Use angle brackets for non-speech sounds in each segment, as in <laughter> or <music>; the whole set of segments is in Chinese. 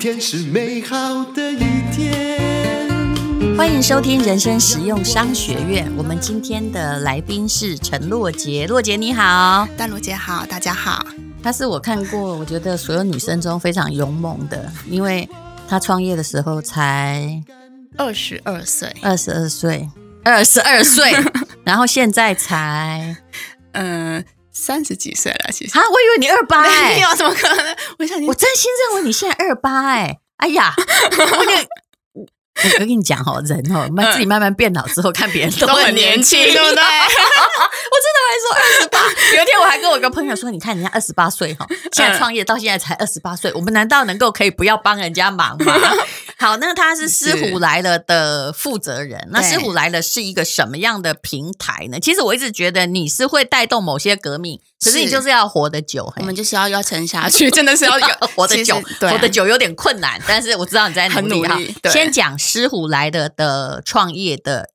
天是美好的一天。欢迎收听人生实用商学院。我们今天的来宾是陈洛杰，洛杰你好，丹罗姐好，大家好。她是我看过我觉得所有女生中非常勇猛的，因为她创业的时候才二十二岁，二十二岁，二十二岁， <laughs> 然后现在 <laughs> 才嗯，三十几岁了，其实啊，。我以为你二八 <laughs> 哎没，有，怎么可能？我想你我，真心认为你现在二八哎，哎呀，我跟 <laughs> 我我跟你讲哦，人哦，慢自己慢慢变老之后，看别人都都很很年轻轻对不对我真的还说二 <laughs> 十八，有一嗯天我还跟我一个朋友说，你看人家二十八岁哈，现在创业到现在才二十八岁，我们难道能够可以不要帮人家忙 <laughs> 吗？好，那他是狮虎来了的负责人，那对狮虎来了是一个什么样的平台呢？其实我一直觉得你是会带动某些革命，可是你是就是要活得久，嘿 <laughs> 我们就是要要撑下去，真的是要 <laughs> <laughs> 活得久其实，对啊活得久有点困难，但是我知道你在努力哈很努力。对先讲狮虎来的的创业的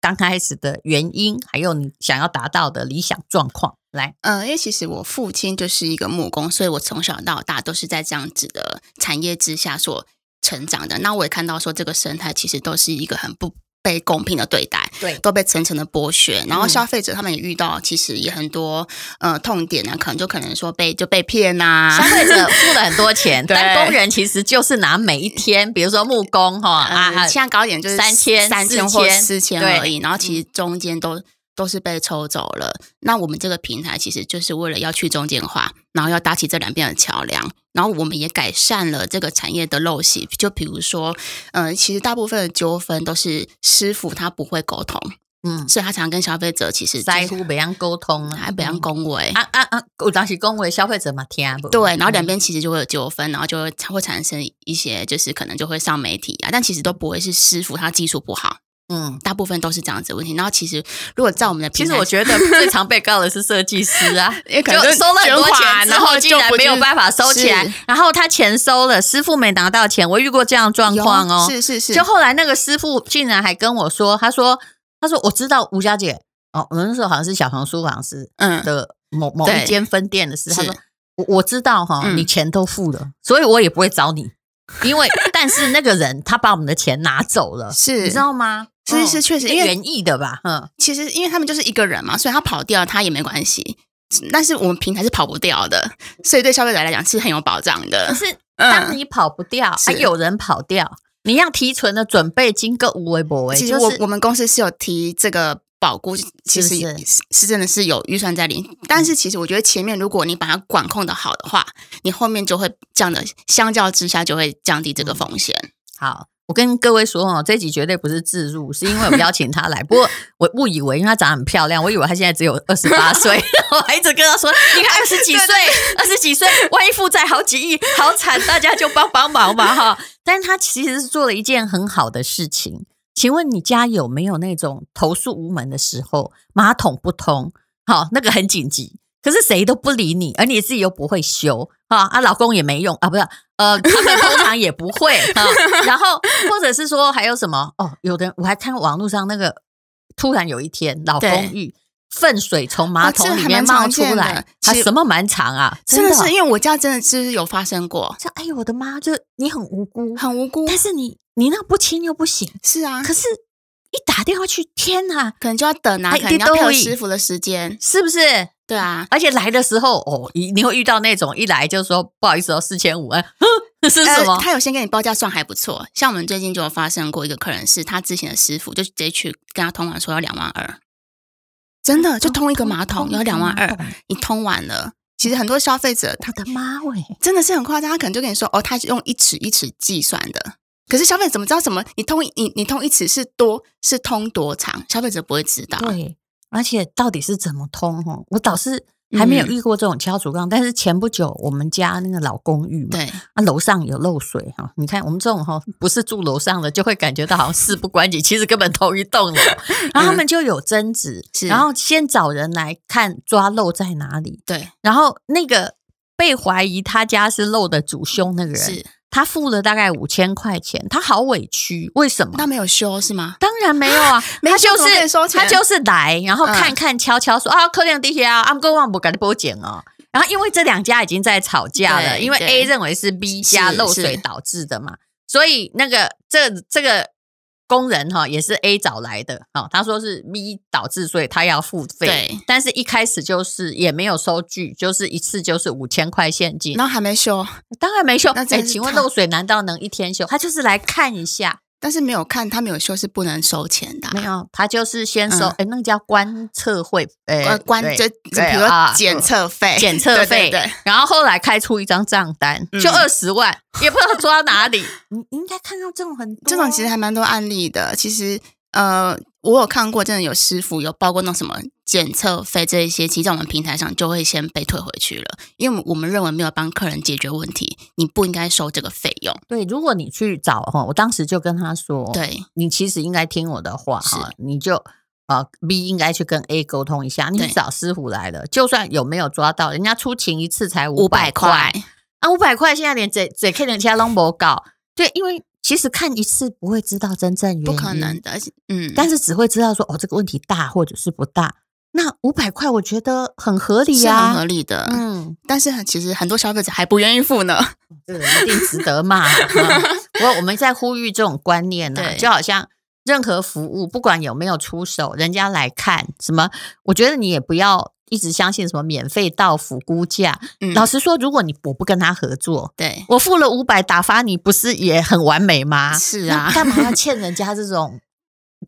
刚开始的原因，还有你想要达到的理想状况。来，呃，因为其实我父亲就是一个木工，所以我从小到大都是在这样子的产业之下所成长的。那我也看到说，这个生态其实都是一个很不被公平的对待，对都被层层的剥削。然后嗯消费者他们也遇到，其实也很多呃痛点啊，可能就可能说被就被骗啊 <laughs> 呐、消费者付了很多 <laughs> 钱，对但工人其实就是拿每一天，比如说木工哈 <laughs> 啊，啊，啊现在高一点就是三千三四千或千四千对嗯而已，然后其实中间都、都是被抽走了。那我们这个平台其实就是为了要去中间化，然后要搭起这两边的桥梁，然后我们也改善了这个产业的陋习，就比如说，呃，其实大部分的纠纷都是师傅他不会沟通，嗯，所以他常跟消费者其实在乎怎样沟通啊，还不让嗯恭维。啊嗯啊啊，我当时恭维消费者嘛，天不对，然后两边其实就会有纠纷，然后就会会产生一些，就是可能就会上媒体啊，但其实都不会是师傅他技术不好，嗯。大部分都是这样子的问题。然后其实如果在我们的其平实台，我觉得最常被告的是设计师 <laughs> 啊，也可就能就收了很多捐钱款之然后，后竟就然不没有知办法收起来是，然后他钱收了，师傅没拿到钱，我遇过这样的状有况哦。是是是，就后来那个师傅竟然还跟我说，他说他说我知道吴小姐哦，我那时候好像是小黄书房是嗯，的某某对一间分店的事，他是说我我知道哈，嗯你钱都付了，所以我也不会找你，因为但是那个人他把我们的钱拿走了， <laughs> 是你知道吗？是嗯是确实因为原意的吧，嗯。其实因为他们就是一个人嘛，所以他跑掉他也没关系。但是我们平台是跑不掉的，所以对消费者来讲是很有保障可的。是当嗯，你跑不掉，啊，是有人跑掉，你要提存的准备金跟无为不为，其实就我是我们公司是有提这个保固，其实是不嗯是是是真的是有预算在里。但是其实我觉得前面如果你把它管控的好的话，你后面就会降的，相较之下就会降低这嗯个风险。好。我跟各位说哦，这集绝对不是自入，是因为我邀请她 <laughs> 来。不过我误以为，因为她长得很漂亮，我以为她现在只有二十八 <laughs> 岁。我还一直跟她说：“你看二十几岁，二十几岁，万一负债好几亿，好惨，大家就帮帮忙嘛哈。”但是她其实是做了一件很好的事情。请问你家有没有那种投诉无门的时候，马桶不通，好，那个很紧急，可是谁都不理你，而你自己又不会修啊，啊，老公也没用啊，不是，呃，他们通常也不会啊。然后或者是说还有什么哦，有的人我还看网络上那个，突然有一天老对公寓粪水从马哦这桶里还面蛮冒常出见的来，其啊，实什么蛮长啊，真的的是因为我家真的就是有发生过，像哎呦我的妈，就你很无辜，很无辜。但是你你那不清又不行，是啊，可是一打电话去，天哪，可能就要等啊，哎可能你你都要配合会师傅的时间。是不是？对啊，而且来的时候，哦，你你会遇到那种一来就说不好意思哦，四千五，哎，这 <laughs> 是什么呃？他有先给你报价，算还不错。像我们最近就有发生过一个客人，是他之前的师傅就直接去跟他通完说要两万二，真的就通一个马桶要嗯两万二，你通完了，其实很多消费者他我的妈喂！真的是很夸张，他可能就跟你说哦，他是用一尺一尺计算的。可是消费者怎么知道什么？你通你你通一尺是多是通多长？消费者不会知道。对，而且到底是怎么通哦？我倒是还没有嗯遇过这种敲竹杠，但是前不久我们家那个老公寓嘛，对，啊，楼上有漏水哈、你看我们这种哈、不是住楼上的，就会感觉到好像事不关己，其实根本同一 <laughs> 栋楼。然后他们就有争执，是然后先找人来看抓漏在哪里，对然后那个被怀疑他家是漏的主凶那个人，是，他付了大概五千块钱，他好委屈，为什么？那没有修是吗？当然没有啊， <laughs> 没他就钱怎么可以是收钱他就是来，然后嗯啊看看敲敲说、啊，扣点地铁啊，I'm going on，不赶紧拨减哦。然后因为这两家已经在吵架了，对因为对 A 认为是 B 家是漏水是导致的嘛，所以那个这这个工人哈、也是 A 找来的哦，他说是 B 导致，所以他要付费对。但是一开始就是也没有收据，就是一次就是五千块现金，然后还没修，当然没修。那哎，真是请问他漏水难道能一天修？他就是来看一下，但是没有看他没有修是不能收钱的啊、没有，他就是先收，嗯哎、那个叫观测会，哎、呃，关对就就对比如说啊检测费，检测费，对对对然后后来开出一张账单，嗯就二十万，也不知道抓哪里。 <laughs> 你应该看到这种很多啊这种其实还蛮多案例的。其实呃，我有看过，真的有师傅有报过那种什么检测费这一些，其实在我们平台上就会先被退回去了，因为我们认为没有帮客人解决问题，你不应该收这个费用。对，如果你去找哈，我当时就跟他说，，对，你其实应该听我的话哈，你就呃 B 应该去跟 A 沟通一下，你去对找师傅来了，就算有没有抓到，人家出勤一次才五五百百块块，啊，五百块现在连嘴嘴 K 人家都没搞，对，因为其实看一次不会知道真正原因，不可能的，而且嗯，但是只会知道说哦这个问题大或者是不大。那五百块我觉得很合理是呀、很合理的。嗯，但是很其实很多消费者还不愿意付呢。这个一定值得骂。嗯不过我们在呼吁这种观念呐、对就好像任何服务，不管有没有出手，人家来看什么，我觉得你也不要一直相信什么免费到府估价。嗯，老实说，如果你我不跟他合作，对，我付了五百打发你，不是也很完美吗？是那啊，干 <laughs> 嘛要欠人家这种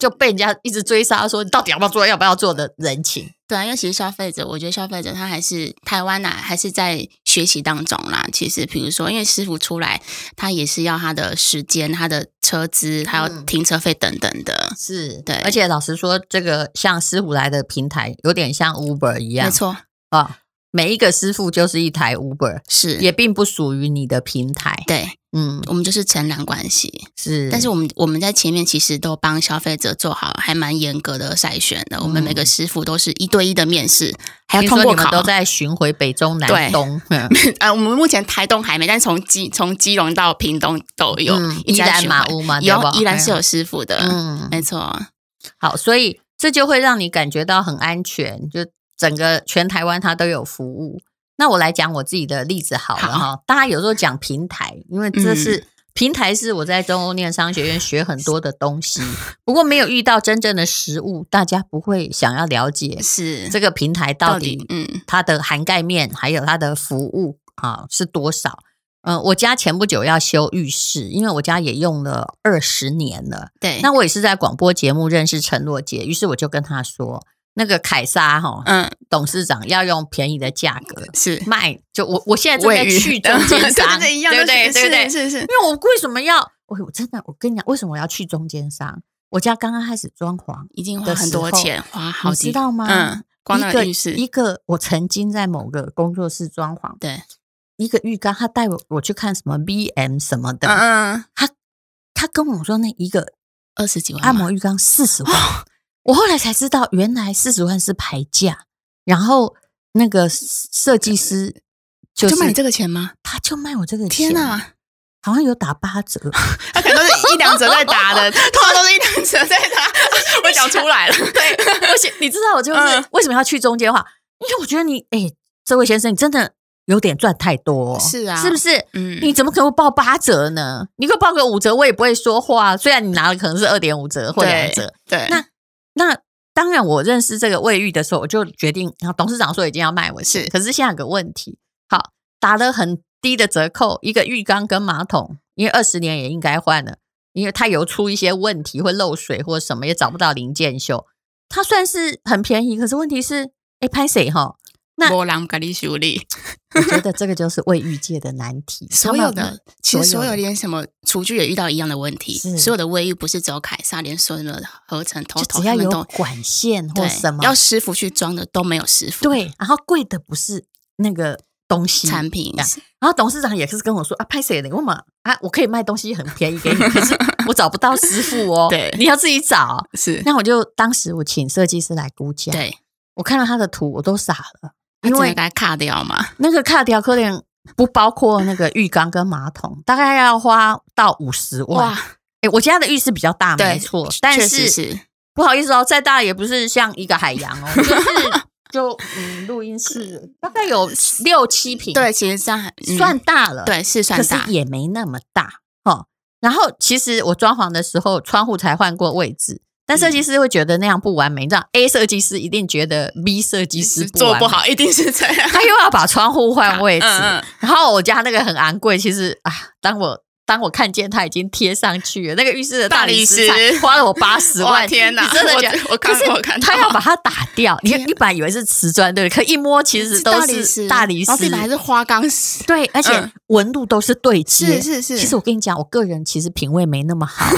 就被人家一直追杀，说你到底要不要做，要不要做的人情？对啊，因为其实消费者，我觉得消费者他还是台湾呐、还是在学习当中啦。其实，比如说，因为师傅出来，他也是要他的时间、他的车资，还有嗯停车费等等的。是对而且老实说，这个像师傅来的平台，有点像 Uber 一样没，错，啊、每一个师傅就是一台 Uber，是也并不属于你的平台。对，嗯，我们就是承揽关系。是，但是我们我们在前面其实都帮消费者做好还蛮严格的筛选的。我们每个师傅都是一对一的面试，还嗯听要通说过你们考啊都。在巡回北中南对东，嗯 <laughs> 呃，我们目前台东还没，但从基从基隆到屏东都 <laughs> 有嗯，一直依在然循马环乌嘛，对有不依然是有师傅的。嗯，没错，好，所以这就会让你感觉到很安全，就整个全台湾它都有服务。那我来讲我自己的例子好了嗯哈，大家有时候讲平台，因为这是、平台是我在中欧念商学院学很多的东 <laughs> 西，不过没有遇到真正的实物，大家不会想要了解是这个平台到到底底嗯它的涵盖面还有它的服务啊是多少。嗯、我家前不久要修浴室，因为我家也用了二十年了。对，那我也是在广播节目认识陈若姐，于是我就跟她说，那个凯撒哈、嗯董事长要用便宜的价格 <laughs> 是卖，就我我现在正在位于去中 <laughs> 间对对商，对一样对都不对是对不对？是是是因为我为什么要我我真的我跟你讲，为什么我要去中间商？我家刚刚开始装潢，已经花的很时多候钱，花好你几知道吗？嗯，光那一个个浴室一个我曾经在某个工作室装潢，对，一个浴缸，他带我我去看什么 VM 什么的，嗯嗯，他他跟我说那一个二十几万按吗摩浴缸四 <laughs> 十万，我后来才知道原来四十万是牌价，然后那个设计师就就是卖你这个钱吗？他就卖我这个钱，天哪，好像有打八折，他可能都是一两折在打 <laughs> 的，通常都是一两折在 <laughs> 打，我讲出来了， <laughs> 对， <laughs> 而且你知道我就是、嗯为什么要去中间化？因为我觉得你，哎、这位先生，你真的有点赚太多、哦，是啊是不是？嗯你怎么可能报八折呢？你给我报个五折，我也不会说话。啊虽然你拿的可能是二点五折或两折，对，那那当然，我认识这个卫浴的时候，我就决定，然后董事长说已经要卖我是可是现在有个问题，好打了很低的折扣，一个浴缸跟马桶，因为二十年也应该换了，因为它有出一些问题，会漏水或什么，也找不到零件修。它算是很便宜，可是问题是，哎，拍谁哈？ <laughs> 那波浪咖喱修理，我觉得这个就是卫浴界的难题， <laughs> 所他们有的其实所所有有的连什么厨具也遇到一样的问题，是所有的卫浴不是只有凯撒，连所有的合成头就头只要他们有都管线或对什么，要师傅去装的都没有师傅，对，然后贵的不是那个东西，产品呀然后董事长也是跟我说啊，拍谁的？我嘛啊，我可以卖东西很便宜给你，可是我找不到师傅哦， <laughs> 对你要自己找。是，那我就当时我请设计师来估价，对，我看到他的图我都傻了，因因为为给它卡掉嘛，那个卡条客店不包括那个浴缸跟马桶，大概要花到五十万。哇，诶我家的浴室比较大，对没错，但确实是是 <laughs> 不好意思哦，再大也不是像一个海洋哦，就是就嗯，录音室大概有六七平，对，，其实这样还、嗯算大了，，对是算可是大，也没那么大哦。然后其实我装潢的时候，窗户才换过位置。但嗯设计师会觉得那样不完美，你知道，A 设计师一定觉得 B 设计师做完不美，好，一定是这 <laughs> 样。他又要把窗户换位置， <laughs> 嗯嗯然后我家那个很昂贵，其实啊，当我当我看见它已经贴上去了，那个浴室的大理石大理石才花了我八十 <laughs> 哇万，天哪你真的觉得我我看可是我看到他要把它打掉，你天哪你本来以为是瓷砖对不对？可一摸其实都大理是石，大理石然后，地板还是花岗石，对，而且嗯纹路都是对接，是是是。其实我跟你讲，我个人其实品味没那么 <laughs> 好。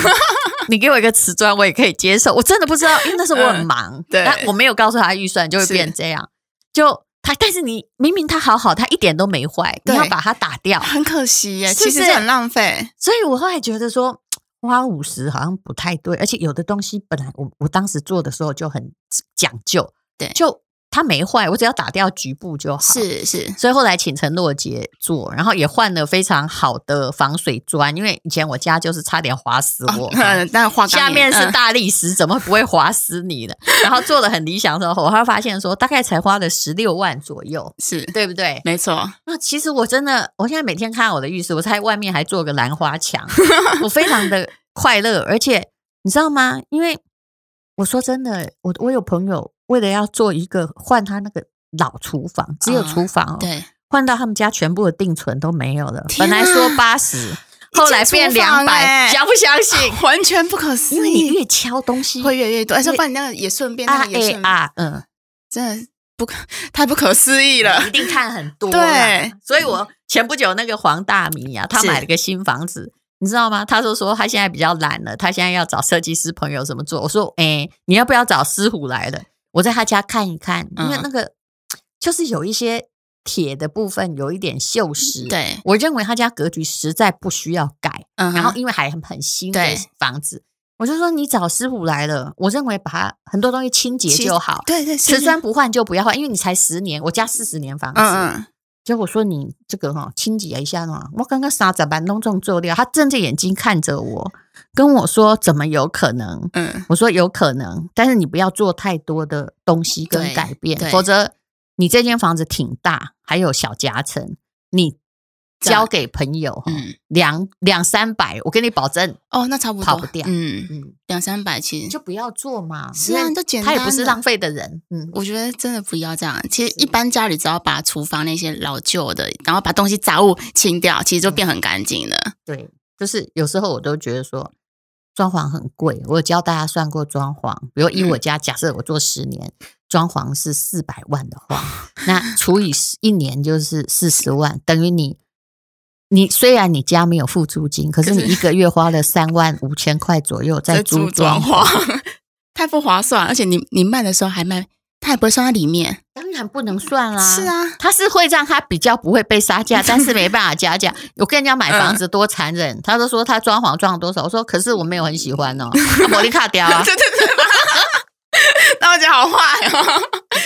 你给我一个瓷砖，我也可以接受。我真的不知道，因为那时候 <laughs> 我很忙，对但我没有告诉他预算，就会是变这样。就他，但是你明明他好好，他一点都没坏，你对要把它打掉。很可惜耶，是不其实是是很浪费。所以我后来觉得说，花五十好像不太对，而且有的东西本来我我当时做的时候就很讲究，对就它没坏，我只要打掉局部就好。是是，所以后来请陈洛杰做，然后也换了非常好的防水砖，因为以前我家就是差点划死我。 <laughs> 嗯，但花岗下岩面是嗯大理石，怎么不会划死你 <laughs> 呢？然后做的很理想的时候，我还发现说，大概才花了十六万左右，是，对不对？没错，那其实我真的，我现在每天看我的浴室，我在外面还做个兰花 <laughs> 墙，我非常的快乐。而且你知道吗？因为我说真的，我我有朋友为了要做一个换他那个老厨房，只有啊厨房、哦，对，换到他们家全部的定存都没有了。本天啊来说八十，后来变一间厨两房百，欸相不相信？完全不可思因为你议，越敲东西，会越来越多，而哎且把你那个也顺便，那啊个也顺哎便，啊，嗯，真的不可 <laughs> 太不可思议一了。定看很多。对，所以我前不久那个黄大米呀、他是买了个新房子。你知道吗？他就说他现在比较懒了，他现在要找设计师朋友怎么做。我说，哎、你要不要找师傅来了？我在他家看一看，因为嗯那个、就是有一些铁的部分有一点锈蚀。，嗯对，我认为他家格局实在不需要改。嗯哼，然后因为还很很新的对房子，我就说你找师傅来了，我认为把它很多东西清洁其就好，对对，瓷是砖，不换就不要换，因为你才十年，我家四十年房子。嗯嗯，结果说你这个哈、清洁一下呢，我刚刚傻子把弄重做掉，他睁着眼睛看着我，跟我说怎么有可能？嗯，我说有可能，但是你不要做太多的东西跟对改变，对否则你这间房子挺大，还有小夹层，你这样交给朋友、哈嗯两两三百，我跟你保证，哦，那差不多，跑不掉嗯，嗯，两三百其你实就不要做嘛，是啊因为就简他也不单是的浪费的人，嗯，我觉得真的不要这样。其实一般家里只要把厨房那些老旧的，然后把东西杂物清掉，其实就变很干净了。对，就是有时候我都觉得说，装潢很贵，我有教大家算过装潢，比如以嗯我家，假设我做十年，装潢是四百万的 <laughs> 话，那除以10一年就是四十万，等于你。你虽然你家没有付租金，可是可你是一个月花了三万五千块左右在租装潢，潢， <laughs> 太不划算，而且你你卖的时候还卖，它也不会算在里面。当然不能算啦、是啊，他是会让他比较不会被杀 <laughs> 价，但是没办法加价。我跟人家嗯买房子多残忍，他都说他装潢装了多少，我说可是我没有很喜欢 <laughs> 哦，摩利卡雕啊，对对 <laughs> 对。那我觉得好坏哦，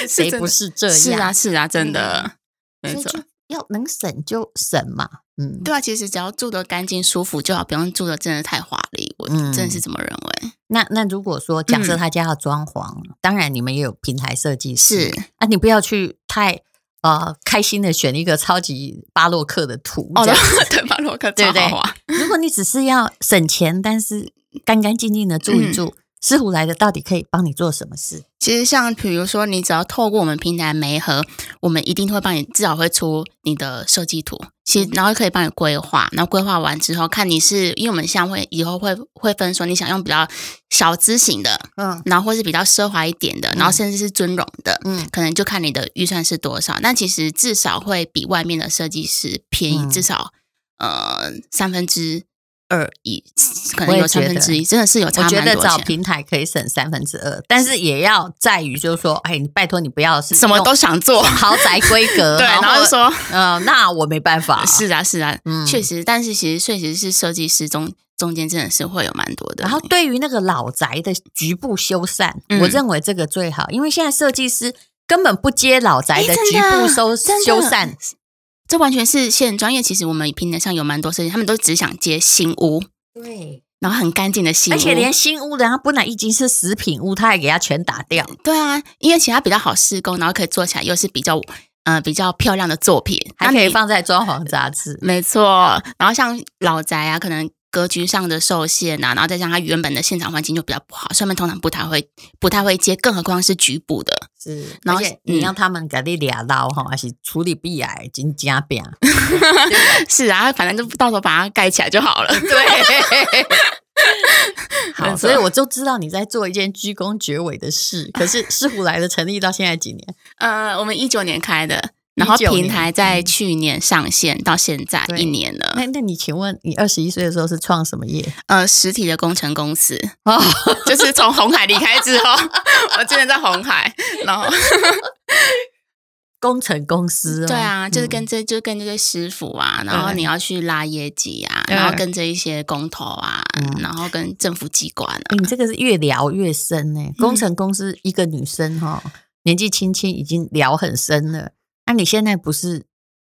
谁真不的是这样？是啊，是啊，真的，所没以错就。要能省就省嘛，嗯。对啊，其实只要住的干净舒服就好，不用住的真的太华丽。我嗯真的是这么认为。那那如果说假设嗯他家要装潢，当然你们也有平台设计师是啊，你不要去太呃开心的选一个超级巴洛克的图，哦，这样 <laughs> 对，巴洛克对超不对豪华。 <laughs> 如果你只是要省钱，但是干干净净的住一嗯住，师傅来的到底可以帮你做什么事？其实像比如说，你只要透过我们平台媒合，我们一定会帮你至少会出你的设计图，其实然后可以帮你规划，然后规划完之后看你是，因为我们像会以后会会分说你想用比较小资型的，嗯然后或是比较奢华一点的，然后甚至是尊荣的，嗯，可能就看你的预算是多少。那其实至少会比外面的设计师便宜，嗯至少呃三分之二以，可能我也有三觉分得之一，真的是有差我蛮觉多得找钱。平台可以省三分之二，但是也要在于就是说，哎，你拜托你不要是什么弄都想 <laughs> 做，豪宅规格， <laughs> 对，然后就说。呃，那我没办法，是啊，是啊，嗯确实，但是其实确实是设计师中中间真的是会有蛮多的。然后对于那个老宅的局部修缮，嗯我认为这个最好，因为现在设计师根本不接老宅诶真局部修真的修缮，这完全是现状，因为其实我们平台上有蛮多设计，他们都只想接新屋，对，然后很干净的新屋，而且连新屋的，它本来已经是食品屋，他也给它全打掉。对啊，因为其他比较好施工，然后可以做起来又是比较呃比较漂亮的作品，还可那以你放在装潢杂志。没错，然后像老宅啊，可能格局上的受限啊，然后再加上它原本的现场环境就比较不好，所以他们通常不太会不太会接，更何况是局部的。 <laughs> 是，然而后且嗯你让他们给你俩刀哈，还是处理必癌真加病。 <laughs> 是啊，反正就到时候把它盖起来就好了。对，没好，错所以我就知道你在做一件鞠躬绝尾的事。可是狮虎来了成立到现在几年？ <laughs> 呃，我们一九年开的，然后19平年嗯台在去年上线，到现在对一年了。 <laughs> 那那你请问你二十一岁的时候是创什么业？呃，实体的工程公司，哦，就是从红海离开之后， <laughs> 我之前在红海，然后工程公司、哦。对啊，就是跟嗯这就跟这些师傅啊，然后对你要去拉业绩啊，对然后跟这一些工头啊，嗯然后跟政府机关啊，欸你这个是越聊越深呢、工程公司一个女生哈、年纪轻轻已经聊很深了。那、你现在不是？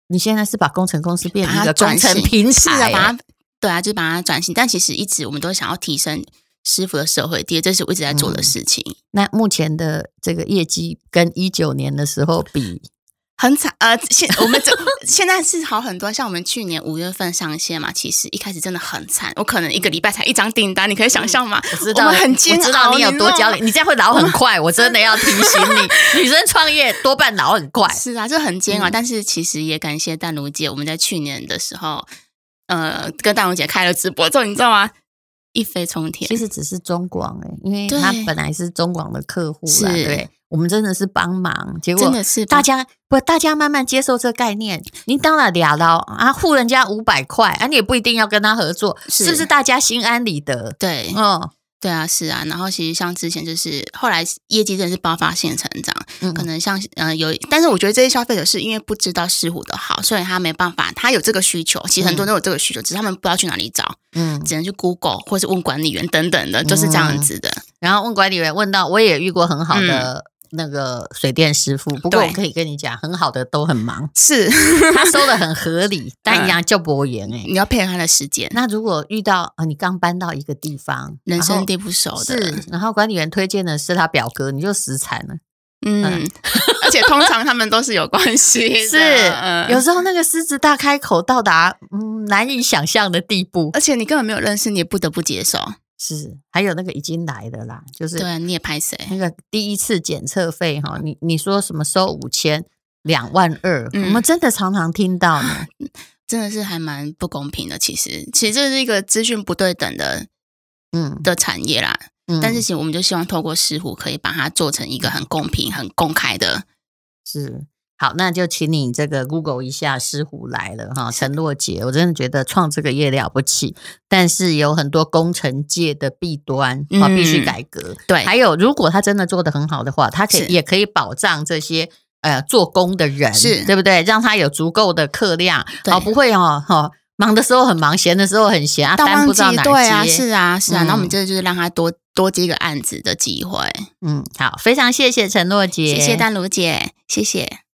你现在是把工程公司变把成它一个工转程型平是台、啊，把欸它对啊，就是把它转型。但其实一直我们都想要提升师傅的社会地位，这是我一直在做的嗯事情。那目前的这个业绩跟一九年的时候比，很惨，呃，现我们 <laughs> 这现在是好很多，像我们去年五月份上线嘛，其实一开始真的很惨，我可能一个礼拜才一张订单，你可以想象吗？ <laughs> 我知道嗯我们很煎我知道熬你有你多知道焦虑，吗你这样会老很快。我真的要提醒 <laughs> 你，女生创业多半老很快。是啊，这很煎熬，嗯但是其实也感谢淡如姐，我们在去年的时候，呃，跟淡如姐开了直播之后，你知道吗？一飞冲天 <laughs> 其，实只是中广哎、因为他对本来是中广的客户啦，是对我们真的是帮忙，结果真的是大家不，大家慢慢接受这概念。你当然俩了啊，付人家五百块啊，你也不一定要跟他合作，是是不是？大家心安理得。对嗯，对啊，是啊。然后其实像之前就是后来业绩真的是爆发性成长，嗯可能像呃有，但是我觉得这些消费者是因为不知道狮虎的好，所以他没办法，他有这个需求，其实很多人都有这个需求，只是他们不知道去哪里找，嗯，只能去 Google 或是问管理员等等的，就是这样子的。然后问管理员，问到我也遇过很好的那个水电师傅，不过嗯对，我可以跟你讲，很好的都很忙是，他收的很合嗯理，但一样就博言哎。 <laughs> 你要配合他的时间，那如果遇到啊，你刚搬到一个地方，人然生后地不熟的，是，然后管理员推荐的是他表哥，你就死惨了。嗯， <laughs> 而且通常他们都是有关系的，是，嗯有时候那个狮子大开口到达嗯难以想象的地步。而且你根本没有认识，你也不得不接受，是，还有那个已经来的啦，就是对啊，你也拍谁？那个第一次检测费哈，你你说什么收五千两万二，我嗯们真的常常听到呢。真的是还蛮不公平的。其实，其实这是一个资讯不对等的嗯，的产业啦。嗯但是，其实我们就希望透过狮虎，可以把它做成一个很公平、很公开的。是好，那就请你这个 Google 一下狮虎来了哈，陈洛姐，我真的觉得创这个业了不起，但是有很多工程界的弊端啊，必须嗯改革。对，还有，如果他真的做得很好的话，他可以是也可以保障这些呃做工的人，是对不对？让他有足够的客量，对哦，不会哦，哈、忙的时候很忙，闲的时候很闲，啊，淡单旺不知道季哪对啊，接是啊，是啊。嗯那、我们这就是让他多多接一个案子的机会。嗯，好，非常谢谢陈洛姐，谢谢丹如姐，谢谢。